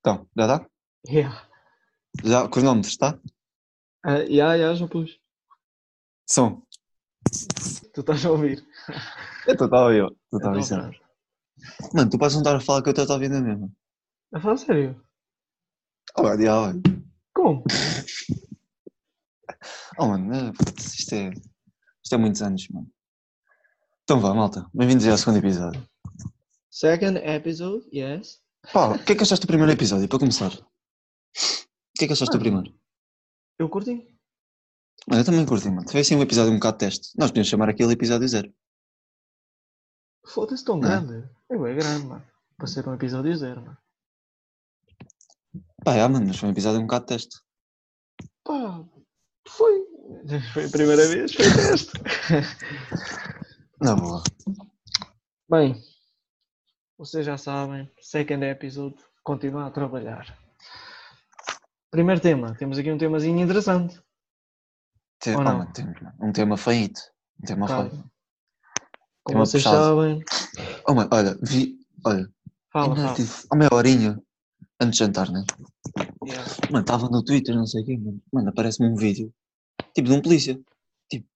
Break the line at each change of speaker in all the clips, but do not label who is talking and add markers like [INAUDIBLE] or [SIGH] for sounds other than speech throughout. Então, já dá?
Yeah.
Já, com os nomes, está?
Ah, yeah, yeah, já pus.
Som.
Tu estás a ouvir.
Eu estou a ouvir. Tu estás Tá a
Então,
ouvir sempre. Mano, tu podes não estar a falar que eu estou a ouvir na mesma.
A falar sério?
Olha, dia, olha.
Como?
Oh, mano, é, putz, isto é, isto é muitos anos, mano. Então vá, malta. Bem-vindos ao segundo episódio.
Second episode, yes.
Pá, o que é que achaste do primeiro episódio, para começar? O que é que achaste do primeiro?
Eu curti.
Mano, eu também curti, mano. Foi assim um episódio um bocado teste. Nós podíamos chamar aquele episódio zero.
Foda-se tão
Não é?
grande. Eu é grande, mano. Para ser um episódio zero, mano.
Pá, é, mano, mas foi um episódio um bocado teste.
Pá, foi. [LAUGHS] Foi a primeira vez, foi teste.
Na boa.
Bem, vocês já sabem, second episode, continuar a trabalhar. Primeiro tema, temos aqui um temazinho interessante.
Tem,
Ou
pá,
não?
mano, tem- um tema feito. Um tema
Claro.
feito.
Como
Tema
vocês
puxado.
sabem,
Oh, mano, olha, vi. Olha,
fala,
ainda
fala.
tive a meia horinha antes de jantar, né?
Yeah.
Mano, estava no Twitter, não sei o quê, mano. Mano, aparece-me um vídeo, tipo, de um polícia, tipo,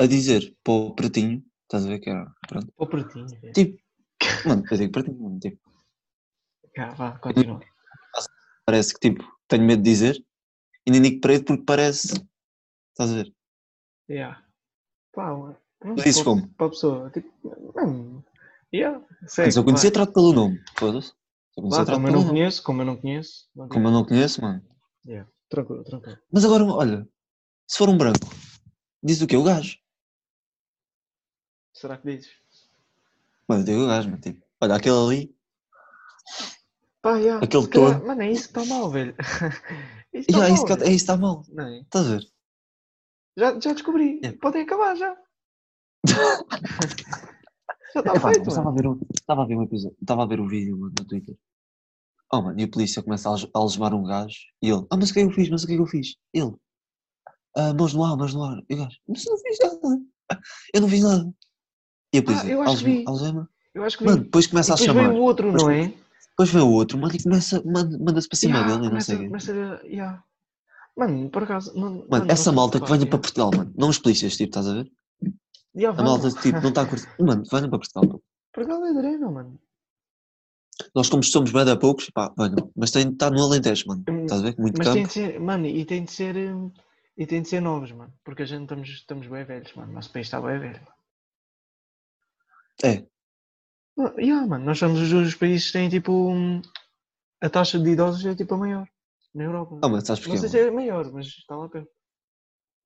a dizer para o pretinho, estás a ver que era, pronto.
Vou para ti, velho.
Tipo, mano, eu digo pretinho, mano, tipo,
Cá, vá, continua.
parece que, tipo, tenho medo de dizer, e nem digo preto porque parece, estás a ver?
Yeah. Pá, mano.
Tu dizes como?
Para a pessoa, tipo, mano. Yeah, segue,
Mas se eu
vá.
conhecer, trato pelo nome, foda-se. Se eu
Vá,
conhecer, trato
como eu
pelo
não
nome.
conheço, como eu não conheço. não
Como eu não conheço, mano.
conheço. Yeah, Tranquilo, tranquilo.
Mas agora, olha, se for um branco, diz o quê? O gajo.
Será que dizes?
Mano, eu digo o gajo, mano, tipo, olha, aquele ali,
Pá, yeah.
Aquele
se calhar-
todo.
Mano, é isso que está mal, velho. [LAUGHS] isso
e
está
é isso
mal.
que
velho.
é isso está mal,
Não é?
estás a ver?
Já, já descobri.
É.
Podem
[LAUGHS]
acabar já. já está
Epá,
feito, é.
mas estava a
mano.
ver um, estava a ver um episódio, estava a ver um vídeo mano, no Twitter. Oh, mano, e o polícia começa a alge- a algemar um gajo e ele, ah, mas o que é que eu fiz? Mas o que é que eu fiz? Ele, ah, mãos no ar, mãos no ar. E o gajo, mas eu não fiz nada. [LAUGHS] Eu não fiz nada. E a polícia,
Ah, eu acho que
algema,
vi.
algema.
Eu acho que vi.
Mano, depois começa a
e depois veio
chamar.
o outro,
Mas
não é?
Depois vê o outro, mano, e começa, manda- manda-se para cima
Yeah,
dele e não
começa-
sei o quê.
começa a- yeah. Mano, por acaso. Não,
Mano,
não
essa
sei
malta que
falar,
venha para
yeah.
Portugal, mano, não os polícias, tipo, estás a ver?
Yeah,
A malta,
vamos. [LAUGHS]
tipo, não está a curtir. Mano, venham para Portugal, mano.
Por acaso é drena, mano.
Nós como somos bem a poucos, pá, venham. Mas tem de estar no Alentejo, mano.
Hum,
Estás a ver? Com Muito
Mas tem
campo.
de ser, mano, e tem de ser. hum, E tem de ser novos, mano. Porque a gente estamos, estamos bem velhos, mano. Nosso país está bem velho.
É.
Não, yeah, mano, nós somos os dois países que têm tipo. hum, A taxa de idosos é tipo a maior. Na Europa.
Ah, mas sabes
não
porquê?
sei
Mano?
se é a maior, mas está lá perto.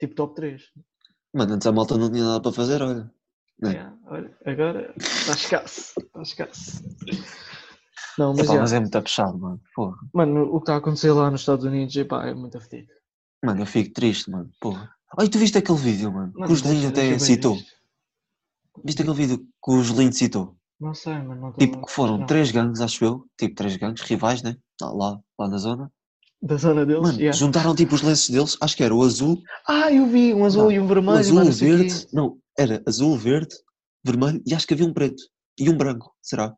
Tipo top 3.
Mano, antes a malta não tinha nada para fazer, olha. Bem.
Yeah, olha, agora está escasso. Está escasso. Não, mas,
Epá,
yeah,
mas é muito puxado, mano. Porra.
Mano, o que está a acontecer lá nos Estados Unidos epá, é muito afetivo.
Mano, eu fico triste, mano. Porra. Ai, tu viste aquele vídeo, mano?
Mano,
que os
deixa-
Lindos até
deixa bem
citou.
triste.
Viste aquele vídeo que os Lindos citou?
Não sei, mano. Não tô-
Tipo, que foram
não.
três gangues, acho eu. Tipo, três gangues, rivais, né? Lá- Lá, lá na zona.
Da zona deles?
Mano,
yeah.
juntaram tipo os lenços deles. Acho que era o azul,
Ah, eu vi um azul
Não,
e um
o
vermelho.
azul,
mano,
o
sei o quê.
verde. Não, era azul, verde, vermelho e acho que havia um preto. E um branco, será?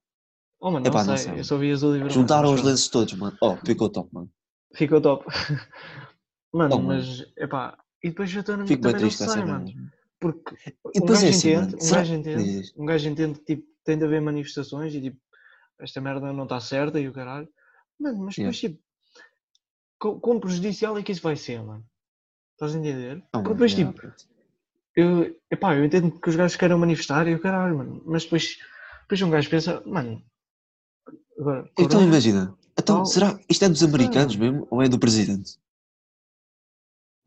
Oh, mano, não,
Epá, não
sei.
sei.
Eu só vi azul e vermelho.
Juntaram
mas
os
pronto.
lenços todos, mano. Oh, ficou top, mano.
[LAUGHS] Ficou top. [LAUGHS] Mano,
Oh, mano.
mas, epá. E depois já estou
Fico bem
também não
triste essa
sei, mano.
merda.
Porque
E
um
depois
gajo
é assim,
entende,
mano.
um
será-
gajo entende,
Diz, diz.
um gajo entende que tipo, tem de haver manifestações e tipo, esta merda não está certa e o caralho. Mano, mas depois tipo, co- quão prejudicial é que isso vai ser, mano? Estás a entender?
Ah,
Porque
mano,
depois
já,
tipo,
pronto.
eu, epá, eu entendo que os gajos queiram manifestar e o caralho, mano. Mas depois, depois um gajo pensa, mano, agora.
Então
corona-
imagina, então,
Qual-
será isto é dos americanos mesmo ou é do presidente?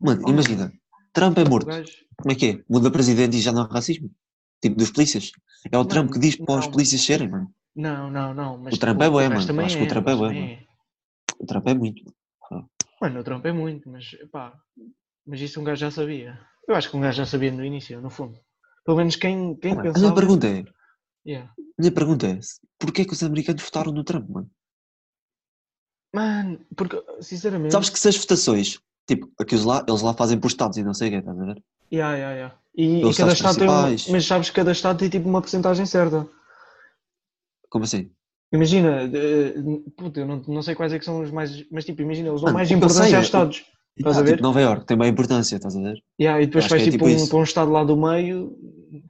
Mano,
Oh,
imagina, Trump é
o
morto,
gajo-
como é que é? Muda presidente e já não há racismo? Tipo, dos polícias. É o
Mano,
Trump que diz para os
não.
polícias serem, mano.
Não, não, não. Mas tipo,
O Trump é bué,
gajo
mano, eu
também
acho que o
é,
Trump é
mas
bué,
também é.
O Trump é muito.
Mano, o Trump é muito, mas pá, mas isso um gajo já sabia. Eu acho que um gajo já sabia no início, no fundo. Pelo menos quem, quem
Mano, a minha
pensava.
pergunta é, a
Yeah.
minha pergunta é, porquê é que os americanos votaram no Trump, mano?
Mano, porque, sinceramente.
Sabes que se as votações, tipo, aqueles lá, eles lá fazem por estados e não sei o quê, estás a ver?
Yeah, yeah, yeah. E,
Pelos
e cada
estados
estado tem uma,
principais.
Mas sabes que cada estado tem tipo uma porcentagem certa.
Como assim?
Imagina, de- puta, eu não, não sei quais é que são os mais. Mas tipo, imagina, eles dão
Mano, o
mais
que eu
importância
sei
aos
é-
estados. Estás a
tipo,
ver?
Nova York tem uma importância, estás a ver?
Yeah, e depois
Acho que
vais
é
tipo,
tipo
um-
isso.
para um estado lá do meio,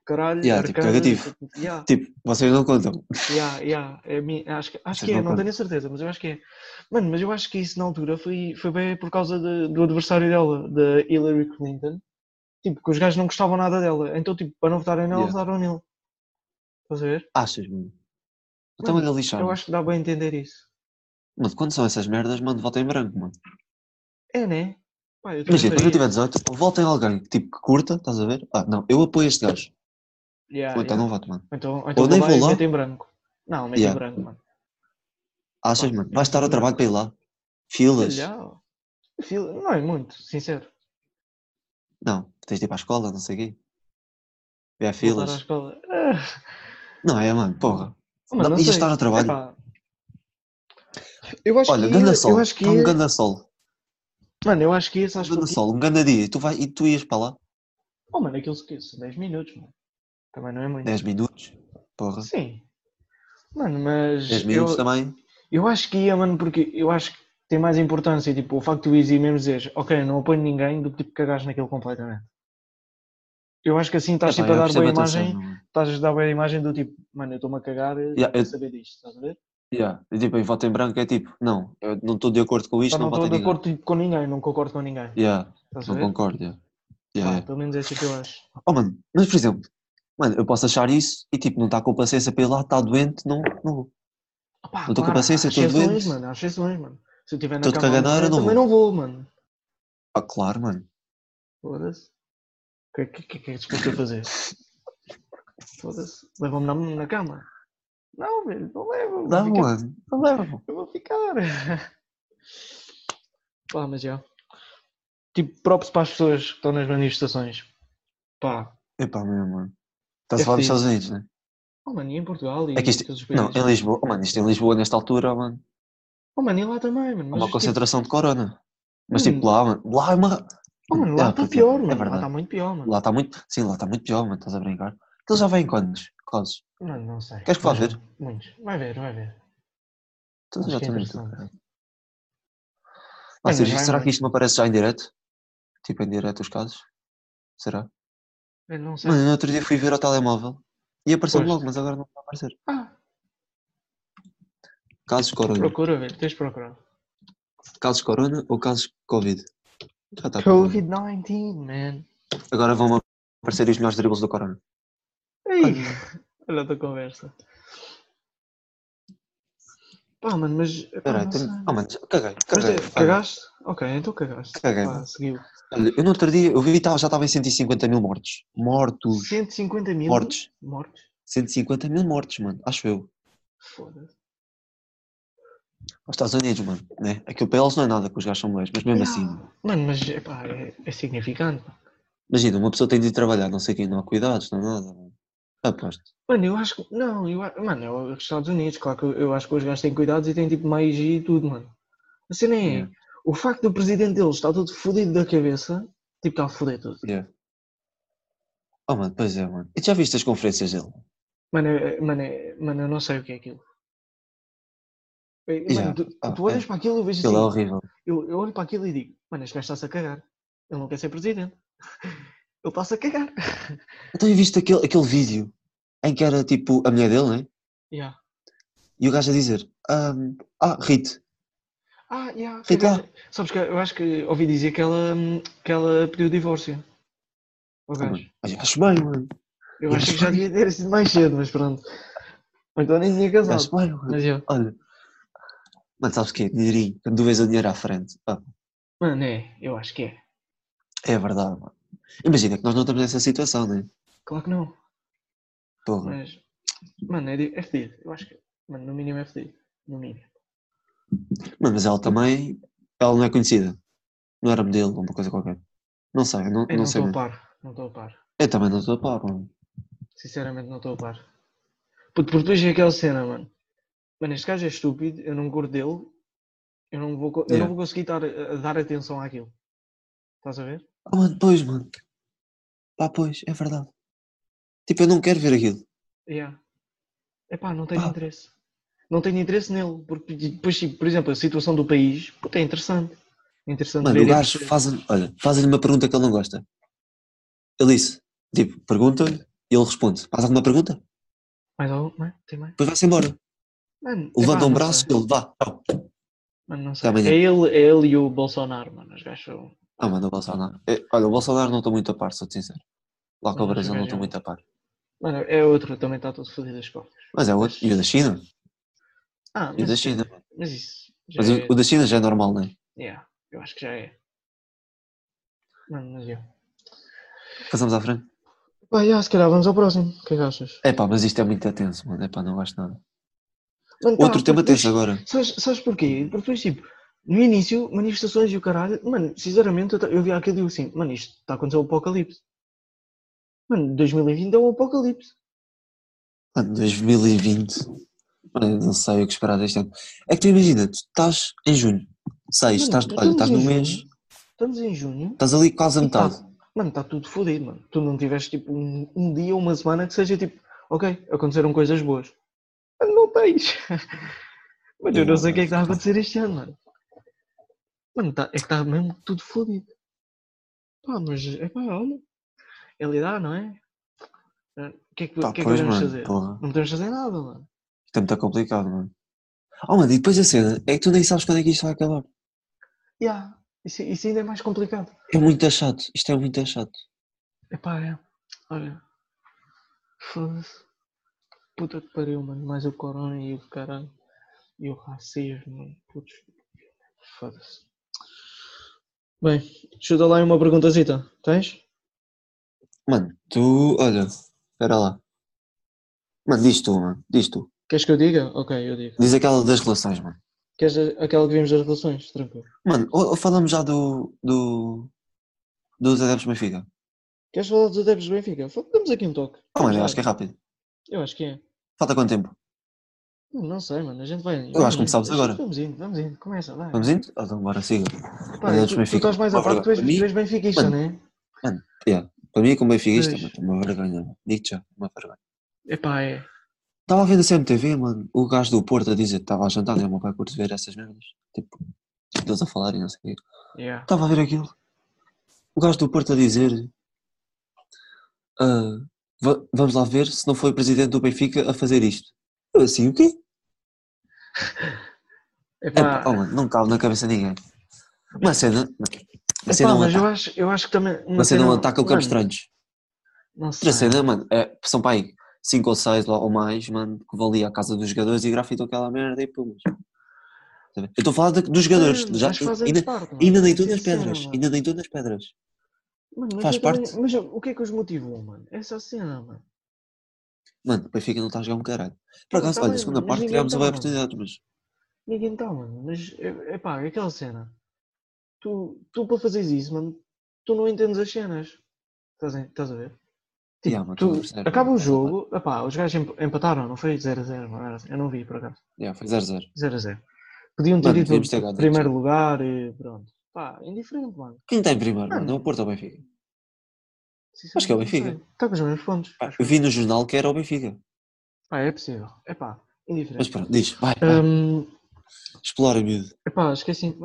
caralho,
Yeah, tipo,
Arkansas,
cagativo.
yeah,
Tipo, vocês não contam.
yeah, yeah, é a minha- acho, que- acho
Vocês
que é,
não
não
contam.
tenho a certeza, mas eu acho que é. Mano, mas eu acho que isso na altura foi, foi bem por causa de- do adversário dela, da Hillary Clinton. Tipo, que os gajos não gostavam nada dela. Então, tipo, para não votarem nela,
Yeah.
votaram nele. Estás a ver?
Achas, mano? Então
Mano,
olha lixar.
Eu acho que dá bem entender isso.
Mano, quando são essas merdas, mano, votem em branco, mano.
É, né? Pá, eu também
Imagina, quando eu
faria.
tiver 18, votem em alguém tipo, que curta, estás a ver? Ah, não, eu apoio este gajo.
Yeah,
Ou então
yeah.
não voto, mano.
Então, então
nem
vou
vou
lá e
lá.
meto em branco. Não, meto em
Yeah.
branco, mano.
Achas,
Pá,
mano? Vais estar
não.
ao trabalho para ir lá. Filas.
Calhau. Fil- Não é muito, sincero.
Não, tens de ir para a escola, não sei o quê. Ver
Voltar à
filas.
escola. Ah,
Não é, mano, porra.
mas
Não,
não
ias
sei.
estar no trabalho.
Epá. Eu acho
Olha,
que
ganda
ia,
sol.
eu acho que
Está um
ia-
ganda sol.
Mano, eu acho que ia,
Um
sabes
ganda
porquê?
sol, um ganda dia. E tu, vai, e tu ias para lá
Oh, mano, aquilo que são 10 minutos, mano. Também não é muito.
10 minutos. Porra.
Sim. Mano, mas
10
eu,
minutos também.
eu acho que ia, mano, porque eu acho que tem mais importância, tipo, o facto de tu ires e mesmo dizeres, ok, não apoio ninguém, do que tipo cagares naquilo completamente. Eu acho que assim estás
Epá,
tipo a
eu
dar boa
percebo tua
imagem,
cena, mano.
estás a dar boa imagem do tipo, mano, eu estou-me a cagar, yeah,
eu-
saber disto, estás a ver?
Yeah. E, tipo, em voto em branco é tipo, não, eu não estou de acordo com
Pá,
isto,
não
não voto
estou
em
de
ninguém.
acordo tipo, com ninguém, não concordo com ninguém.
Yeah,
Estás a
não
ver?
concordo. yeah.
Pá,
Yeah, yeah.
Pelo menos é isso que eu acho.
Oh, mano, mas por exemplo, mano, eu posso achar isso e tipo, não está com paciência para ir lá, está doente, não, não vou.
Pá,
Não tô com paciência,
há
tô é
exceções,
doente.
mano, há exceções, mano. Se eu estiver na
Tô de
cama a
caganeira,
morrer,
não
também
vou.
não vou, mano.
Ah, claro, mano.
Foda-se. O que, que, que, que é que disposto a
[LAUGHS]
fazer? Foda-se. Levam-me na, na cama. Não, velho, não levo.
Não,
fica-
mano, não leva. mano.
Eu vou ficar. [LAUGHS] Pá, mas já. Tipo, props para as pessoas que estão nas manifestações. Pá.
Epá, meu, mano.
É
Está-se a falar dos
fixe.
Estados Unidos, né?
Oh, mano, e em Portugal e
É que isto-
em todos os
Não,
países.
em Lisboa, oh, mano, isto em Lisboa, nesta altura, mano,
Oh, mano, e lá também, mano.
há uma
Mas, tipo,
concentração de corona. Mas tipo,
Hum.
lá, mano, lá é uma.
Oh, mano, lá
Ah,
está
puta,
pior,
É
mano. Lá está
verdade.
muito pior, mano.
Lá está muito. Sim, lá está muito pior, mano, estás a brincar. Eles já vêm quantos? Quantos?
Mano, não sei.
Queres que vá
Mas,
ver?
Muitos. Vai ver, vai ver.
Todos já
Acho que é
estão no
interessante.
YouTube, caralho.
Bem,
Nossa,
mas vai
será
muito.
que isto me aparece já em direto? Tipo, em direto os casos? Será?
Eu não sei.
Mano, no outro dia fui ver ao telemóvel e apareceu-me
Pois.
logo, mas agora não vai aparecer.
Ah,
Casos corona.
procura, velho. Tens de procurar.
Casos corona ou casos covid? Já está.
Covid-19, man.
Agora vão aparecer os melhores dribles do corona.
Ei, olha a tua conversa. Pá, mano, mas. pá,
Peraí,
não
tem...
sei.
Ah, mano, já- caguei,
Mas
caguei.
é,
Olha,
cagaste? Ok, então cagaste.
Caguei,
Pá,
mano.
seguiu.
olha, eu no outro dia, eu vi, tá, já estava em 150 mil mortos. Mortos.
150 mil
Mortes.
Mortes?
150 mil mortos, mano, acho eu.
Foda-se.
Aos Estados Unidos, mano, né? Aquilo para eles não é nada, que os gajos são mulheres, mas mesmo assim, mano.
Yeah. Mano, mas epá, é, é significante. pá.
imagina, uma pessoa tem de ir trabalhar, não sei quem, não há cuidados, não há nada, mano. Aposto.
Mano, eu acho que. Não, eu, a- mano, é os Estados Unidos, claro que eu, eu acho que os gajos têm cuidados e têm tipo mais e tudo, mano. A cena é.
Yeah.
O facto do presidente deles estar todo fodido da cabeça, tipo, está a foder tudo.
Yeah. Oh, mano, pois é, mano. E tu já viste as conferências dele?
Mano, é- mano, é- mano, eu não sei o que é aquilo. É, Mano,
Yeah.
tu,
Ah,
tu olhas
é.
para aquilo e vejo
Ele é
assim.
horrível.
Eu, eu olho para aquilo e digo, mano, este gajo está-se a cagar. Ele não quer ser presidente. [LAUGHS] Ele está-se a cagar.
Então, eu viste aquele, aquele vídeo em que era tipo a mulher dele, né?
Yeah.
E o gajo a dizer: "Ahm, Ah, Rite.
Ah, yeah,
Rita.
cagar. Sabes que eu acho que ouvi dizer que ela, hum, que ela pediu divórcio.
Oh,
O gajo.
mano, mas eu acho bem, mano.
Eu
Eu
acho que
acho
já devia ter sido mais cedo, mas pronto. Ou então nem tinha
Eu
casado.
Acho bem, mano.
Mas eu,
Olha. Mano, sabes o quê? Dinheirinho. Quando tu vês o dinheiro à frente. pá,
mano, é, eu acho que é.
é verdade, mano. Imagina que nós não estamos nessa situação, né?
Claro que não.
Porra.
Mas, mano, é, di- é fedido. Eu acho que, mano, no mínimo é fedido. No mínimo.
Mano, mas ela também. Ela não é conhecida. Não era modelo, uma coisa qualquer. Não sei, eu não,
Eu
não
não
sei.
estou a
mesmo.
par. Não estou a par.
Eu também não estou a par, mano.
Sinceramente, não estou a par. Puto, Porque depois é aquela cena, mano. Mano, este gajo é estúpido, eu não curto dele. Eu não vou, co- eu
Yeah.
não vou conseguir dar, a- dar atenção àquilo. Estás a ver?
Ah, mano, pois, mano. Pá, pois, é verdade. Tipo, eu não quero ver aquilo.
Yeah. Epá, não tenho
Pá.
interesse. Não tenho interesse nele. Porque depois, tipo, por exemplo, a situação do país, puta, é interessante. É interessante
Mano,
ver
o gajo
esse-
faz-lhe olha, faz-lhe uma pergunta que ele não gosta. Ele disse, tipo, pergunta-lhe e ele responde. Faz alguma pergunta?
Mais algum? Não é? Tem mais?
Depois vai-se embora.
Mano,
Levanta
epá,
um
não
braço
sei.
e ele, tá vá, tchau.
Mano, não sei.
Até amanhã.
É ele, é ele e o Bolsonaro, mano. Os gajos são.
Ah, mano, o Bolsonaro. Eh, olha, o Bolsonaro não estou muito a par, sou-te sincero. Lá com o
Não,
Brasil
esse
não
gajo
estou
é-
muito a par.
Mano, é outro, também está todo fodido das costas.
Mas é outro. E o da China?
Ah,
E o
mas,
da China? mano.
mas isso. Já
Mas
é,
o, o da China já é normal, não é?
yeah, eu acho que já é. Mano, mas eu.
Passamos à frente.
Pá, yeah, se calhar vamos ao próximo. O que é que achas?
É pá, mas isto é muito tenso, mano. É pá, não gosto nada.
Mano, tá,
Outro tema
depois-
tenso agora.
Sabes, sabes porquê? Porque depois, tipo, no início, manifestações e o caralho. Mano, sinceramente, eu, ta- eu vi aquilo e digo assim: mano, isto está a acontecer o apocalipse. Mano, 2020 é o apocalipse.
Mano, 2020. Mano, eu não sei o que esperar deste ano. É que tu imagina, tu estás em junho. Sais, É
Mano,
estás, olha,
estamos
estás
em
no
junho.
mês,
Estamos em junho.
estás ali quase a
e tá-
metade.
Mano, está tudo fodido, mano. Tu não tiveste tipo um, um dia ou uma semana que seja tipo, ok, aconteceram coisas boas. Mano, não tens. [LAUGHS] Mano, eu não sei o que é que está a acontecer este ano, mano. Mano, tá- é que está mesmo tudo fodido. Pá, mas é pá, olha. É lidar, não é? Ah, O que é que, o
Pá,
que, é que
pois,
podemos
mano,
fazer?
porra.
Não podemos fazer nada, mano.
Isto é muito complicado, mano. Oh, mano, e depois a cena é que tu nem sabes quando é que isto vai acabar.
Yeah, isso, isso ainda é mais complicado.
É muito chato. Isto é muito chato.
Epá, é. Olha. Foda-se. Puta que pariu, mano. Mais o corona e o caralho. E o racismo, mano. Putz. Foda-se. Bem, chuta lá aí uma perguntazita. Tens?
Mano, tu, olha, espera lá. Mano, diz tu, mano, diz tu.
Queres que eu diga? Ok, eu digo.
Diz aquela das relações, mano.
Queres a- aquela que vimos das relações? Tranquilo.
Mano, ou, ou falamos já do. do. dos adeptos Benfica.
Queres falar dos adeptos do Benfica? Fa- Damos aqui um toque.
Ah, mano, eu acho que é rápido.
Eu acho que é.
Falta quanto tempo?
Mano, Não sei, mano. A gente vai.
acho que começámos agora.
Vamos indo, vamos indo. Começa, vai.
Vamos indo? Ah, então, bora, siga.
Pá,
adeptos
tu, tu
Benfica.
estás mais à
Uma
parte, tu és,
vergonha.
tu és benfiquista,
Mano,
não é?
Para mim, como benfiquista,
Pois.
mano, é uma vergonha, mano. Digo-te já, uma vergonha.
Epá, é.
Estava a ver na CMTV, mano, o gajo do Porto a dizer que estava a jantar, né? O meu pai curte ver essas merdas. Tipo, tipo, eles a falar e não sei o quê.
Yeah.
Estava a ver aquilo. O gajo do Porto a dizer. ah, va- vamos lá ver se não foi o presidente do Benfica a fazer isto. Eu assim, o quê? É,
Epá,
pá, oh, mano, não cabe na cabeça de ninguém. Uma cena. Uma
Epá,
cena é um
mas eu
ataque.
acho, eu acho que também.
Uma cena é um ataque ao
mano,
Campo Estranhos.
Não
Outra
sei.
cena, mano, é, são para aí 5 ou 6 ou mais, mano, que vão ali à casa dos jogadores e grafitam aquela merda e pum. Eu estou a falar de- dos jogadores.
Mano,
já,
mas fazem
ainda,
parte, mano.
ainda nem
Sim,
tudo nas
sim,
pedras.
mano.
Ainda nem tudo nas pedras.
Mano, mas
faz
eu também-
parte.
mas o que é que os motivou, mano? Essa cena, mano.
Mano, o Benfica não está a jogar um caralho. Por
Não,
acaso,
tá
olha,
bem,
a segunda
mas
parte
ninguém
criámos
tá,
boa
mano.
oportunidade, mas.
Ninguém está, mano. Mas, e- epá, é aquela cena. Tu, tu para fazeres isso, mano, tu não entendes as cenas. Estás a, estás a ver? Tipo,
Yeah, mano, tu não
tu,
percebes,
acaba
mano.
o jogo, epá, os gajos emp- empataram, não foi? 0x0, mano. era assim. Eu não vi, por acaso.
Yeah, foi 0-0.
0x0. Podiam ter
Mano,
ido
devíamos ter
para
ganho,
primeiro lugar e pronto. Pá, indiferente, mano.
Quem está em primeiro, mano? É o
Mano.
Porto ou o Benfica?
Sinceramente,
que é o
não
Benfica.
sei. Está com os mesmos pontos. é.
Pá, Eu vi no jornal que era o Benfica.
Pá, é possível. É pá,
Mas
indiferente.
pronto, diz, vai, vai.
Hum,
explora, miúdo.
epá,
[LAUGHS]
esqueci. [LAUGHS] não,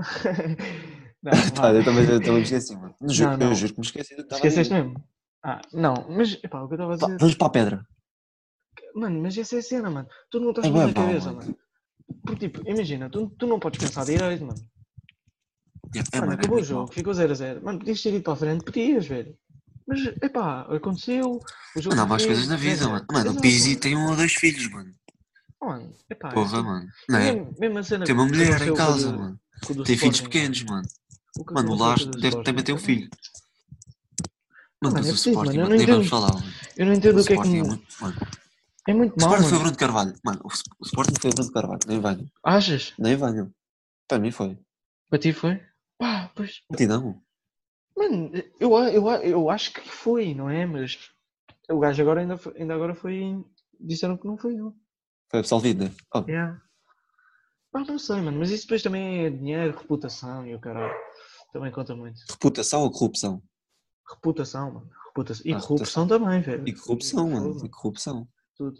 Pá,
vá.
Tá, eu também, eu também me esqueci, mano. Não juro,
Não, não.
Eu juro que me esqueci do que estava a
Esqueceste
dizer.
mesmo? Ah, não, mas epá, o que eu estava a
Pá,
dizer.
Vamos para a pedra.
Mano, mas essa é a cena, mano. Tu não estás
É
bem
bué
na
mau,
cabeça,
mano.
mano. Porque tipo, imagina, tu, tu não podes pensar direito, mano.
É,
mano,
mano, é
acabou o
muito
jogo,
mau.
ficou 0x0. Mano, podias ter ido para a frente, podias, velho. Mas, epá, aconteceu. O jogo
Mano, há mais
foi-
coisas na vida,
0-0.
mano. Mano, o
Exato,
Pizzi
mano.
tem um ou dois filhos, mano.
Oh, Mano, epá,
Porra,
isso-
mano. Não é?
mesmo- mesmo a cena
Tem uma
que
mulher
aconteceu
em
com o
casa,
do-
mano.
com o do
Tem filhos
Sporting, mano.
pequenos, mano.
que
Mano, o
aconteceu
Lars
com o
deve também ter um
Sporting, é
filho.
Mano,
Mano, mas
é
o
preciso,
Sporting,
mano, eu
mano,
não
nem vamos
entendo.
falar, mano.
Eu não entendo
O
o que é
Sporting
que.
é muito. Mano,
É muito
o
mau,
Sporting foi o
mano.
Bruno Carvalho. Mano, o Sporting foi o Bruno Carvalho. Nem venham.
Achas?
Nem venham. Para mim foi.
Para ti foi? Pá, pois.
Para ti não.
Mano, eu, a- eu, a- eu acho que foi, não é? Mas o gajo agora ainda, foi- ainda agora foi. Disseram que não foi ele.
Foi absolvido, né? Oh,
Yeah. Pá, não sei, mano, mas isso depois também é dinheiro, reputação e o caralho. Também conta muito.
Reputação ou corrupção?
Reputação, mano. Reputação. E
Ah,
corrupção também, velho. é
E corrupção, mano.
Foda,
E corrupção.
Tudo.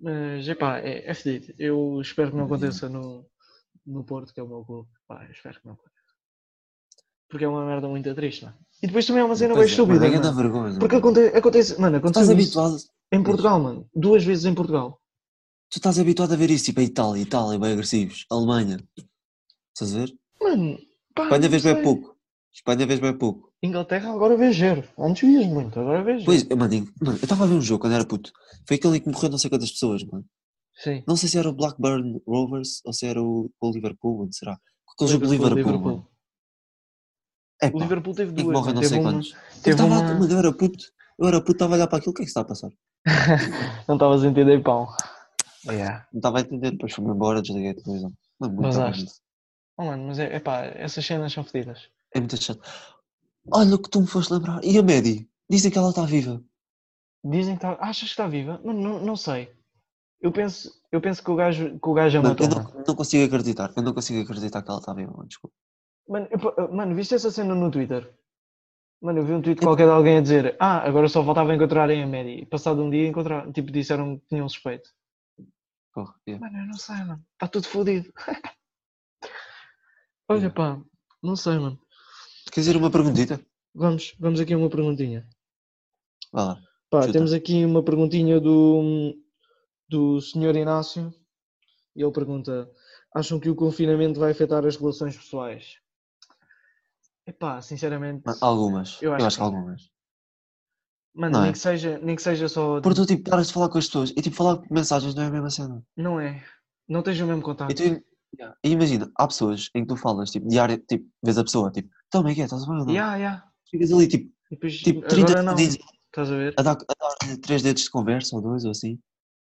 Mas, epá, é, é fedido. Eu espero que não
Uhum.
aconteça no, no Porto, que é o meu clube. Pá, eu espero que não aconteça. Porque é uma merda muito triste, mano. E depois também é uma cena bem
Pois é, mano,
estúpida,
é grande
mano.
vergonha.
Porque
mano.
aconte- acontece, mano,
Tu estás
aconteceu isso
habituado.
em Portugal, mano. Duas vezes em Portugal.
Tu estás habituado a ver isso, tipo a Itália, Itália, bem agressivos. Alemanha. Estás a ver?
Mano, pá,
Espanha
Ah, não
vês bem
sei.
pouco. Espanha vês bem pouco.
Inglaterra agora vê gero. Antes vias muito, agora vês
Pois, eu, mano, eu- mano, eu estava a ver um jogo quando era puto. Foi aquele em que morreu não sei quantas pessoas, mano.
Sim.
Não sei se era o Blackburn Rovers ou se era o, o Liverpool, onde será? Aquele jogo do Liverpool, mano. É
O
pá,
Liverpool teve
em que
duas.
morrem não
mano. Teve
sei
uma-
quantos. Eu
teve um-
estava,
uma-
mano, eu era puto. Eu era puto, estava a olhar para aquilo, o que é que está a passar?
Não estavas a entender pão. Yeah.
Não estava a entender, depois fui-me embora, desliguei a televisão. Mano, muito
Mas
chato.
acho- Oh, mano, mas é pá, essas cenas são fedidas.
É muito chato. Olha o que tu me foste lembrar. E a Medi? Dizem que ela está viva.
Dizem que está. Achas que está viva? Mano, não, não sei. Eu penso, eu penso que o gajo, que o gajo é a
Mano,
matou.
eu
Mano,
não, não consigo acreditar. Eu não consigo acreditar que ela está viva, mano. Desculpa.
mano, eu pa- mano, viste essa cena no Twitter? Mano, eu vi um tweet qualquer de alguém a dizer: Ah, agora só faltava encontrarem a Maddie. E passado um dia encontrar, tipo, disseram que tinham suspeito.
Porra, yeah.
Mano, eu não sei, mano. Está tudo fodido. [LAUGHS] Olha,
Yeah.
pá, não sei, mano.
Quer dizer uma perguntita?
Vamos, vamos aqui a uma perguntinha.
Vá lá.
Pá,
Chuta.
temos aqui uma perguntinha do, do Sr. Inácio. E ele pergunta: Acham que o confinamento vai afetar as relações pessoais? Epá, sinceramente,
Mano, algumas.
Eu
Eu
acho
acho,
que
que
sim.
algumas.
mano,
não
nem,
é.
que seja, nem que seja só.
Porque tu, tipo, paras de falar com as pessoas e, tipo, falar por mensagens não é a mesma cena.
Não é. Não tens o mesmo contato.
E tu yeah. e imagina, há pessoas em que tu falas, tipo, diária, tipo, vês a pessoa, tipo, então, como é que é? Estás bem ou não?
Ya, ya.
Ficas ali, tipo,
E depois,
tipo Ah, 30
agora não.
segundos
Estás a ver?
a dar, a dar três dedos de conversa ou dois ou assim.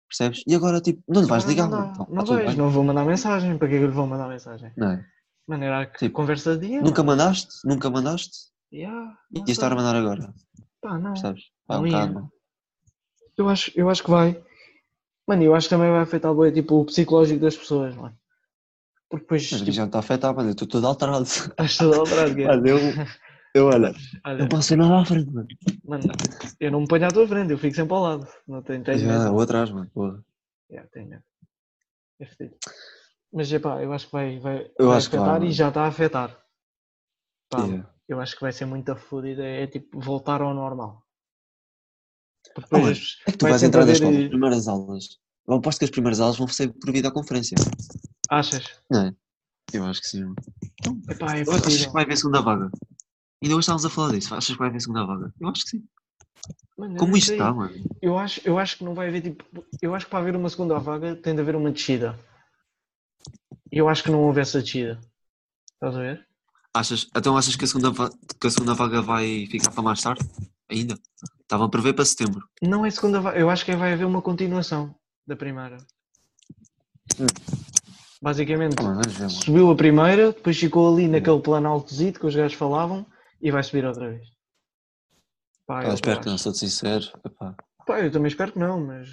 Percebes? E agora, tipo, não lhe vais
Agora
ligar,
não,
mano.
dá.
Então, tá
não
tudo
vais,
bem.
não vou mandar mensagem. Para que é que eu lhe vou mandar mensagem?
Não é?
Mano, era que
Tipo,
conversa de dia.
Nunca
mano.
mandaste? Nunca mandaste?
Ya,
E
não
ias estar a
sei.
mandar agora,
Pá, não.
percebes? Vai um
Não ia.
bocado, mano.
Eu acho, eu acho que vai. Mano, eu acho que também vai afetar bué, tipo, o psicológico das pessoas, mano. Porque depois,
Mas a
tipo,
mim já me está a afetar, mano. Eu estou todo alterado.
estás todo alterado, que é.
Mano, eu, eu, olha,
Olha,
não posso ver nada à frente, mano.
mano, eu não me ponho à tua frente, eu fico sempre ao lado. Não tenho, tenho
Já,
medo.
vou atrás, mano. porra.
Yeah, tenho medo. É fedido. Mas, epá, eu acho que vai, vai,
Eu
vai
acho que vai,
afetar e
mano.
já está a afetar. Pá,
Yeah.
eu acho que vai ser muito fodida, é tipo, voltar ao normal. Porque
Oh,
depois
mano,
as-
É que tu
vai
vais
sempre
entrar na
haver,
escola, as
eh,
primeiras aulas. Eu aposto que as primeiras aulas vão ser por videoconferência.
Achas?
Eu acho que sim. mano.
Epá, é
Eu acho que
possível.
vai haver segunda vaga. Ainda hoje estávamos a falar disso. Achas que vai haver segunda vaga? Eu acho que sim.
Mano, eu
Como
não
isto
sei.
está, mano?
Eu acho, eu acho que não vai haver tipo. Eu acho que para haver uma segunda vaga tem de haver uma descida. E eu acho que não houve essa descida. Estás a ver?
Achas, então achas que a, segunda va- que a segunda vaga vai ficar para mais tarde? Ainda? Estavam a prever para setembro.
Não é segunda vaga. Eu acho que vai haver uma continuação da primeira.
Hum.
Basicamente,
Ah, mano, vamos ver, mano.
subiu a primeira, depois ficou ali naquele plano altozito que os gajos falavam e vai subir outra vez. Pá, é
Eu
o
Ah, espero que
eu
não,
acho.
sou sincero. Epá,
Pá, eu também espero que não, mas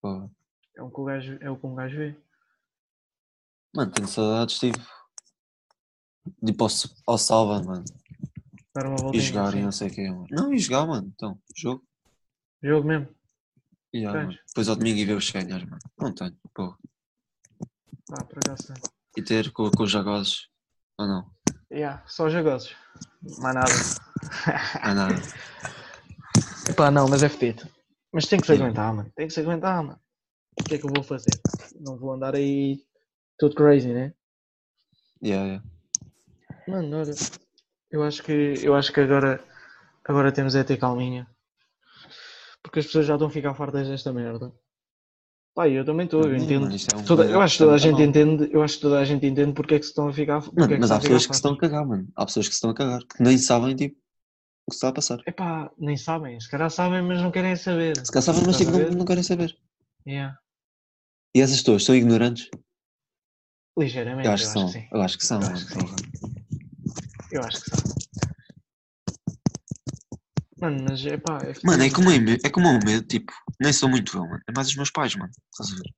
pô.
é o que o gajo, é o que um gajo vê.
Mano, tenho saudades, tipo. De ir para o s- ao salva, mano.
Dar uma
E
voltinha.
jogar e
assim.
não sei o que, mano. Não, e jogar, mano. Então, jogo.
Jogo mesmo.
E ah,
Tens?
mano. Depois ao domingo e ver os séniores, mano. Não tenho, pô.
Pá, por acaso. não.
E ter com, com os jogos ou não?
Yeah, só jogosos. Mais nada.
Ah, nada.
Pá, não, mas é fedido. Mas tem que se
Yeah.
aguentar, mano. Tem que se aguentar, mano. O que é que eu vou fazer? Não vou andar aí todo crazy, né?
Yeah, yeah.
Mano, olha. Eu acho que, eu acho que agora, agora temos é ter calminha. Porque as pessoas já estão a ficar fartas desta merda. Pá, eu também estou, eu
Sim,
entendo.
mano, isto é um
Toda- eu
cuidado
acho que toda a
que
gente
também dá mal.
entende, eu acho que toda a gente entende porque é que se estão a ficar, porque é
Mano,
que
mas
estão
há
a ficar
pessoas que se estão
fartas.
a cagar, mano. Há pessoas que se estão a cagar, que nem sabem, tipo, o que se está a passar.
Epá, nem sabem, se calhar sabem, mas não querem saber.
Se calhar sabem, mas tipo,
Estás a
não,
ver?
não querem saber.
Yeah.
E essas pessoas são ignorantes?
Ligeiramente,
Eu acho que são.
sim.
Eu acho que são,
Eu
mano.
acho que sim. Eu acho que sim. Mano, mas é pá. É
Mano, é como, é, me- é como o meu, tipo, nem sou muito eu, mano. É mais os meus pais, mano. Estás a ver?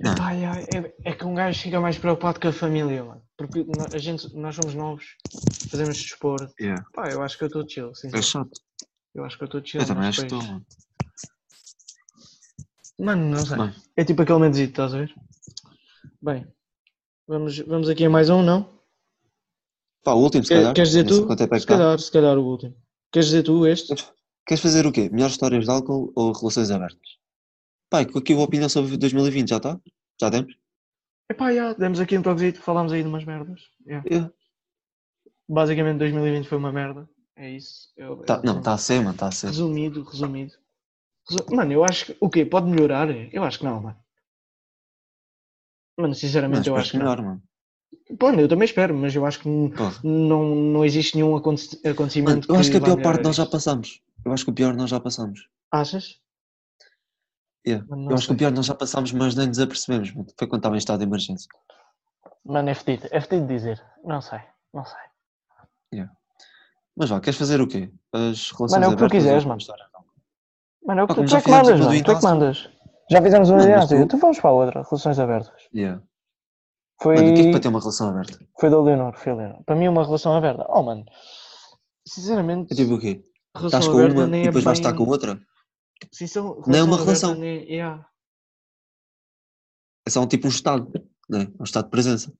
Não.
Pá, yeah, é, é que um gajo fica mais preocupado com a família, mano. Porque no- a gente, nós somos novos, fazemos desporto.
Yeah.
Pá, eu acho que eu estou chill,
É
sinceramente.
chato.
Eu acho que eu estou chill.
Eu também
é mas
acho que
depois-
estou, mano.
Mano, não sei.
Bem.
É tipo aquele mentezito, estás a ver? Bem, vamos, vamos aqui a mais um, não?
Pá, o último, se
Quer-
calhar.
queres dizer
Não sei
tu?
quanto tempo é que
Se
dá.
calhar, se calhar o último. Queres dizer tu este?
Queres fazer o quê? Melhores histórias de álcool ou relações abertas? Pá, com aqui a opinião sobre 2020, já está? Já temos?
Epá, já, demos aqui um toquezito, falámos aí de umas merdas. Yeah.
Yeah.
Basicamente 2020 foi uma merda. É isso. Eu-
Tá-
eu-
não, está a ser, mano, está a ser.
Resumido, resumido. Resu- Mano, eu acho que. O quê? Pode melhorar? Eu acho que não, mano. Mano,
Mas
sinceramente, eu
espero
acho que
melhor, mano.
não. Pô, eu também espero, mas eu acho que n-
Porra.
não, não existe nenhum aconte-
Mano,
acontecimento.
eu acho que a
vá
pior parte
melhorar
nós já
isso.
passamos. Eu acho que o pior nós já passamos.
Achas?
Yeah.
Mano,
Eu
não
acho que o
sei.
pior nós já passamos, mas nem nos apercebemos. mano. Foi quando estava em estado de emergência.
Mano, é fedido. É fedido dizer. Não sei, não sei.
Mas vá, queres fazer o quê? As relações
Mano, é o que tu
abertas ou
quiseres,
com
mano.
história de álcool?
Mano, é o
Pá,
que tu,
Ah, como
tu
já
é que
fizemos
mandas,
uma do
mano. Tu é que
Inácio.
mandas. Já fizemos uma
Mano, mas
aliança.
tu-
Tu então vamos para a outra, relações abertas.
Yeah.
Foi,
Mano, o que é que para ter uma relação aberta?
foi da Leonor, foi a Leonor. Para mim, uma relação aberta. Oh, mano. Sinceramente,
É tipo o quê?
relação
Estás com
aberta
uma
nem
e
é
depois vais
bem-
estar com outra?
Sincer-
Não é uma
aberta
relação.
nem- yeah.
É só um tipo um estado, não é? Um estado de presença.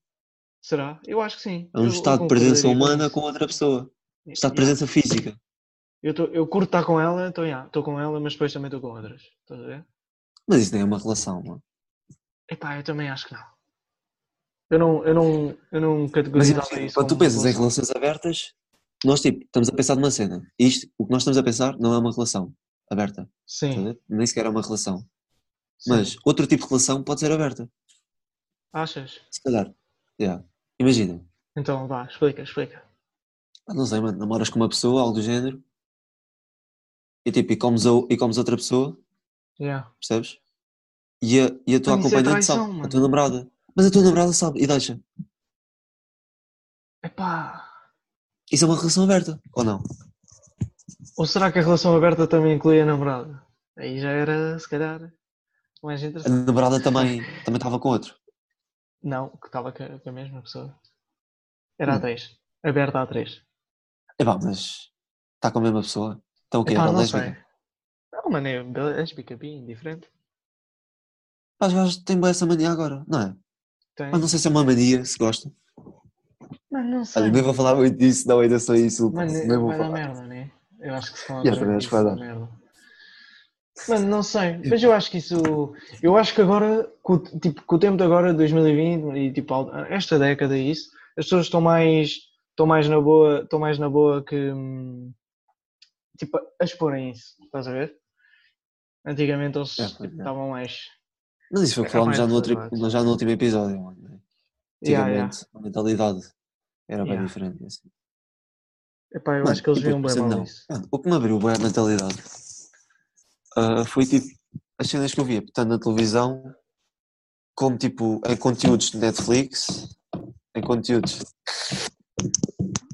Será? Eu acho que sim.
É um
Eu- eu
estado de presença
concordaria com
humana
isso.
com outra pessoa. Um Estado de
Yeah.
presença física.
Eu, tô- eu curto estar com ela, então yeah, estou com ela, mas depois também estou com outras. Estás a ver?
Mas isso nem é uma relação, mano.
Epá, eu também acho que não. Eu não, eu não, eu não
Mas
categorizava
imagina,
isso.
quando tu
como
pensas em
relação.
relações abertas, nós tipo, estamos a pensar numa cena. Isto, o que nós estamos a pensar não é uma relação aberta. estás a
Sim.
ver? Nem sequer é uma relação.
sim.
Mas outro tipo de relação pode ser aberta.
Achas?
Se calhar. Yeah. Imagina,
Então vá, explica, explica.
ah, não sei, mano, namoras com uma pessoa, algo do género, e tipo, e comes, ou- e comes outra pessoa,
Yeah.
percebes? E a, e a tua
Mano, isso é
acompanhante
traição,
sabe, a
mano.
tua namorada. Mas a tua namorada sabe e deixa.
Epá.
Isso é uma relação aberta, ou não?
Ou será que a relação aberta também inclui a namorada? Aí já era, se calhar, mais
A
interessante.
namorada também também estava com outro.
Não, que estava com com a mesma pessoa. Era
Hum.
a 3. Aberta a 3.
Epá, mas está com a mesma pessoa. Então o quê? Era
não
lésbica?
sei. Não, mano, é be- lésbica, bi, indiferente.
Pá, os gajos têm bem essa mania agora, não é?
Tem.
Mas não sei se é uma mania, se gosta.
Mano, não sei.
Olha, nem vou falar muito disso, não, ainda sou insultado.
Mano, é,
Nem vou
vai dar
falar.
merda, né? Eu acho que se fala
Yeah, também acho que vai dar.
merda. Mano, não sei, mas eu acho que isso. Eu acho que agora, com, o- tipo, com o tempo de agora, 2020 e tipo, al- esta década e isso, as pessoas estão mais. estão mais na boa, estão mais na boa que. hum, tipo, a exporem isso, estás a ver? Antigamente eles
Yeah, yeah.
tipo, estavam mais.
Mas isso foi o que
É
falámos
mais
já no, outro,
reservado.
nós já no último episódio, mano. né?
Yeah,
Antigamente,
yeah.
a mentalidade era bem
Yeah.
diferente. Assim.
Epá, eu
Mano,
acho que eles
e depois
viam bem
pensando,
mal
não.
isso. [LAUGHS]
Mano, o que me abriu bem a mentalidade ah, foi tipo as cenas que eu via, tanto na televisão como tipo em conteúdos de Netflix, em conteúdos.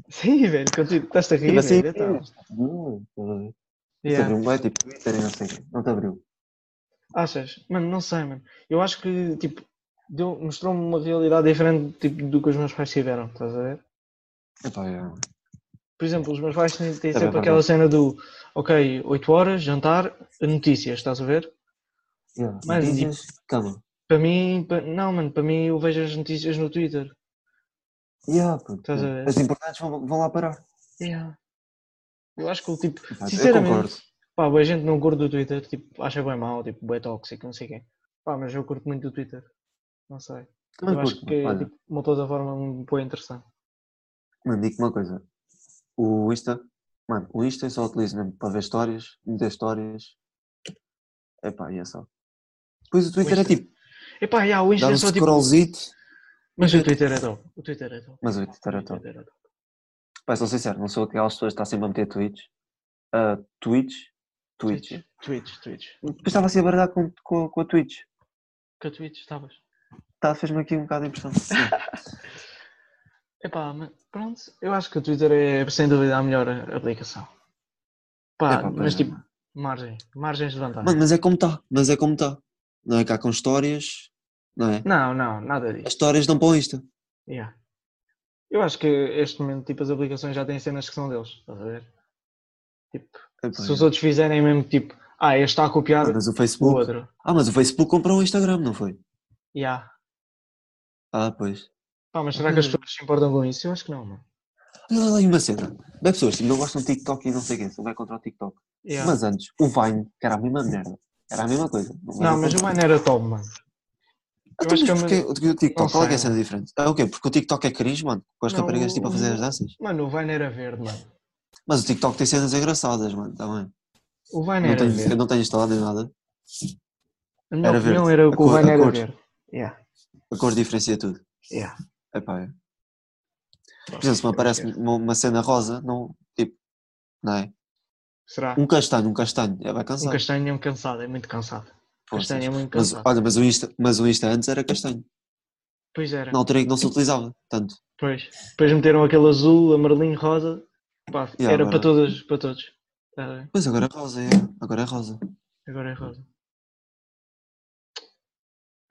Sim, velho, contigo, estás-te a rir,
Tipo assim,
velho, então.
Não, estás a ver? Isso
Yeah.
abriu-me, é tipo Twitter e não sei o quê. Não te abriu.
Achas? Mano, não sei, mano. Eu acho que, tipo, deu- mostrou-me uma realidade diferente tipo, do que os meus pais tiveram, estás a ver?
Epá, é.
Por exemplo, os meus pais têm, têm
É
sempre
verdade.
aquela cena do, ok, 8 horas, jantar, notícias, estás a ver?
Yeah,
Mas,
notícias, calma.
Para mim, pa- não, mano, para mim eu vejo as notícias no Twitter.
Yeah, puto,
Estás a ver?
As importantes vão, vão lá parar.
Yeah. Eu acho que, o tipo,
Epá, eu concordo.
sinceramente, pá, a gente não curte do Twitter, tipo, acha bem mal, tipo, bem tóxico, não sei quem. Pá, mas eu curto muito do Twitter. Não sei.
Também
eu acho
curto,
que é
mano. Olha,
tipo, uma plataforma muito boa e interessante.
mano, digo-te uma coisa. O Insta, mano, o Insta eu só utilizo mesmo para ver histórias, meter histórias. Epá, e é só. Depois o Twitter é
Insta.
tipo,
Epá, yeah, o Insta
dar
é
um
só tipo.
scrollzito,
Mas o Twitter é top. O Twitter é top.
mas o Twitter é
O
top.
Twitter é top.
Pá, sou sincero, não sou aquelas pessoas que está sempre a meter tweets. Ah, tweets? Tweets.
Twitch, Twitch.
Depois estava assim a bardar com, com, com a Twitch.
Que Twitch estavas?
Tá, fez-me aqui um bocado de
[LAUGHS]
impressão.
Epá, mas pronto. Eu acho que o Twitter é sem dúvida a melhor aplicação. Pá,
Epá,
mas
pois é,
tipo, margem. Margens de
tá,
vantagem.
Mano, mas é como está, mas é como está. Não é cá com histórias, não é?
Não, não, nada
As
disso.
histórias dão para o Insta.
Yeah. Eu acho que este momento, tipo, as aplicações já têm cenas que são deles, estás a ver? Tipo,
Epá,
se os outros fizerem mesmo, tipo, ah, este está a copiar
ah, mas o
o
Facebook.
outro.
Ah, mas o Facebook comprou o Instagram, não foi?
Yeah.
Ah, pois.
Pá, mas será que as pessoas se importam com isso? Eu acho que não, mano.
Olha lá aí uma cena. Bem, pessoas, tipo, não gostam de TikTok e não sei o quê, são bem contra o TikTok.
Yeah.
Mas antes, o Vine, que era a mesma merda. Era a mesma coisa.
Não, mas o Vine era top, mano.
Ah, então,
eu
mas
acho que é
porquê o- o
não
TikTok? Qual é que é a
sei.
cena diferente? Ah, ok, porque o TikTok é cringe, mano. Com as
Não,
raparigas,
o-
tipo, a fazer as danças.
Mano, o Vine era verde, mano.
Mas o TikTok tem cenas engraçadas, mano, também.
O Vine
Não
era
tenho, eu
verde.
não tenho instalado em nada.
A minha
era
opinião
verde.
era
A
que o
cor-
Vine
a
era
cor.
verde. Yeah,
A cor diferencia tudo.
yeah.
Epá, é. Por exemplo, se me aparece uma, uma cena rosa, não, tipo, não é?
Será?
Um castanho, um castanho, é, vai
Um
cansar.
castanho é muito cansado, é muito cansado.
Poças.
castanho é muito
mas,
cansado.
olha, mas o, Insta, mas o Insta antes era castanho.
Pois era.
Na altura em que não se utilizava tanto.
Pois. Depois meteram aquele azul, amarelinho, rosa. Pá,
Yeah,
era
agora-
para todas, para todos. Tá bem?
Pois agora é rosa, é. Agora é rosa.
Agora é rosa.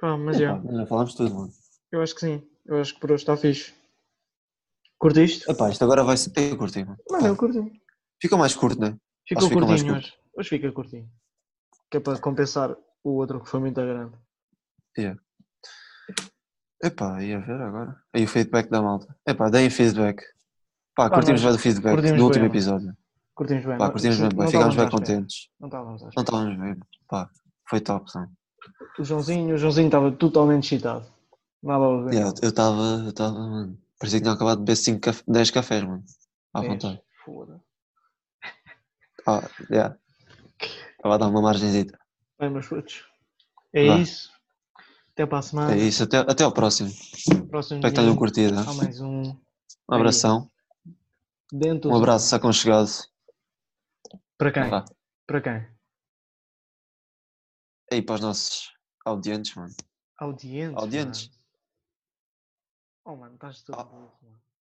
Pá, mas
Epá,
é.
já falámos tudo, mano.
Eu acho que sim. Eu acho que por hoje está fixe. Curtiste?
Epá, isto agora vai ser. Eu curti, mano.
Mano, eu
Pá,
curti.
Fica mais curto, né?
Ficou
que ficou mais
curtinho
curto.
hoje. Hoje fica curtinho. Que é para compensar o outro que foi muito grande.
Epá, ia ver agora. E o feedback da malta. Epá, deem feedback. Pá,
Pá,
curtimos
nós
bem o feedback
curtimos
do último
bem, mano.
episódio.
Curtimos bem.
Pá,
não-
curtimos
não
bem, bem.
estávamos
Ficámos bem
à espera.
contentes.
Não estávamos à espera.
Não estávamos bem. Pá, foi top, sim.
O Joãozinho, o Joãozinho estava totalmente excitado. Nada a ver.
Yeah, eu- eu estava, eu estava, mano. Parecia que tinha acabado de beber 5, 10 cafés, mano. À
Vês?
vontade.
Foda.
Ah, yeah. Estava a dar uma margenzita.
Bem, meus putos. É
Vá.
isso. Até para a semana.
É isso, até, até ao próximo.
Próximo
Espero que tenham
domingo
curtido. né?
há mais um.
Um abração,
Dentro
um
do-
abraço aconchegado.
Para quem?
Vá.
Para quem?
E aí para os nossos audientes, mano.
Audientes.
Audientes.
mano. Oh, mano, estás todo
Ah.
burro, mano.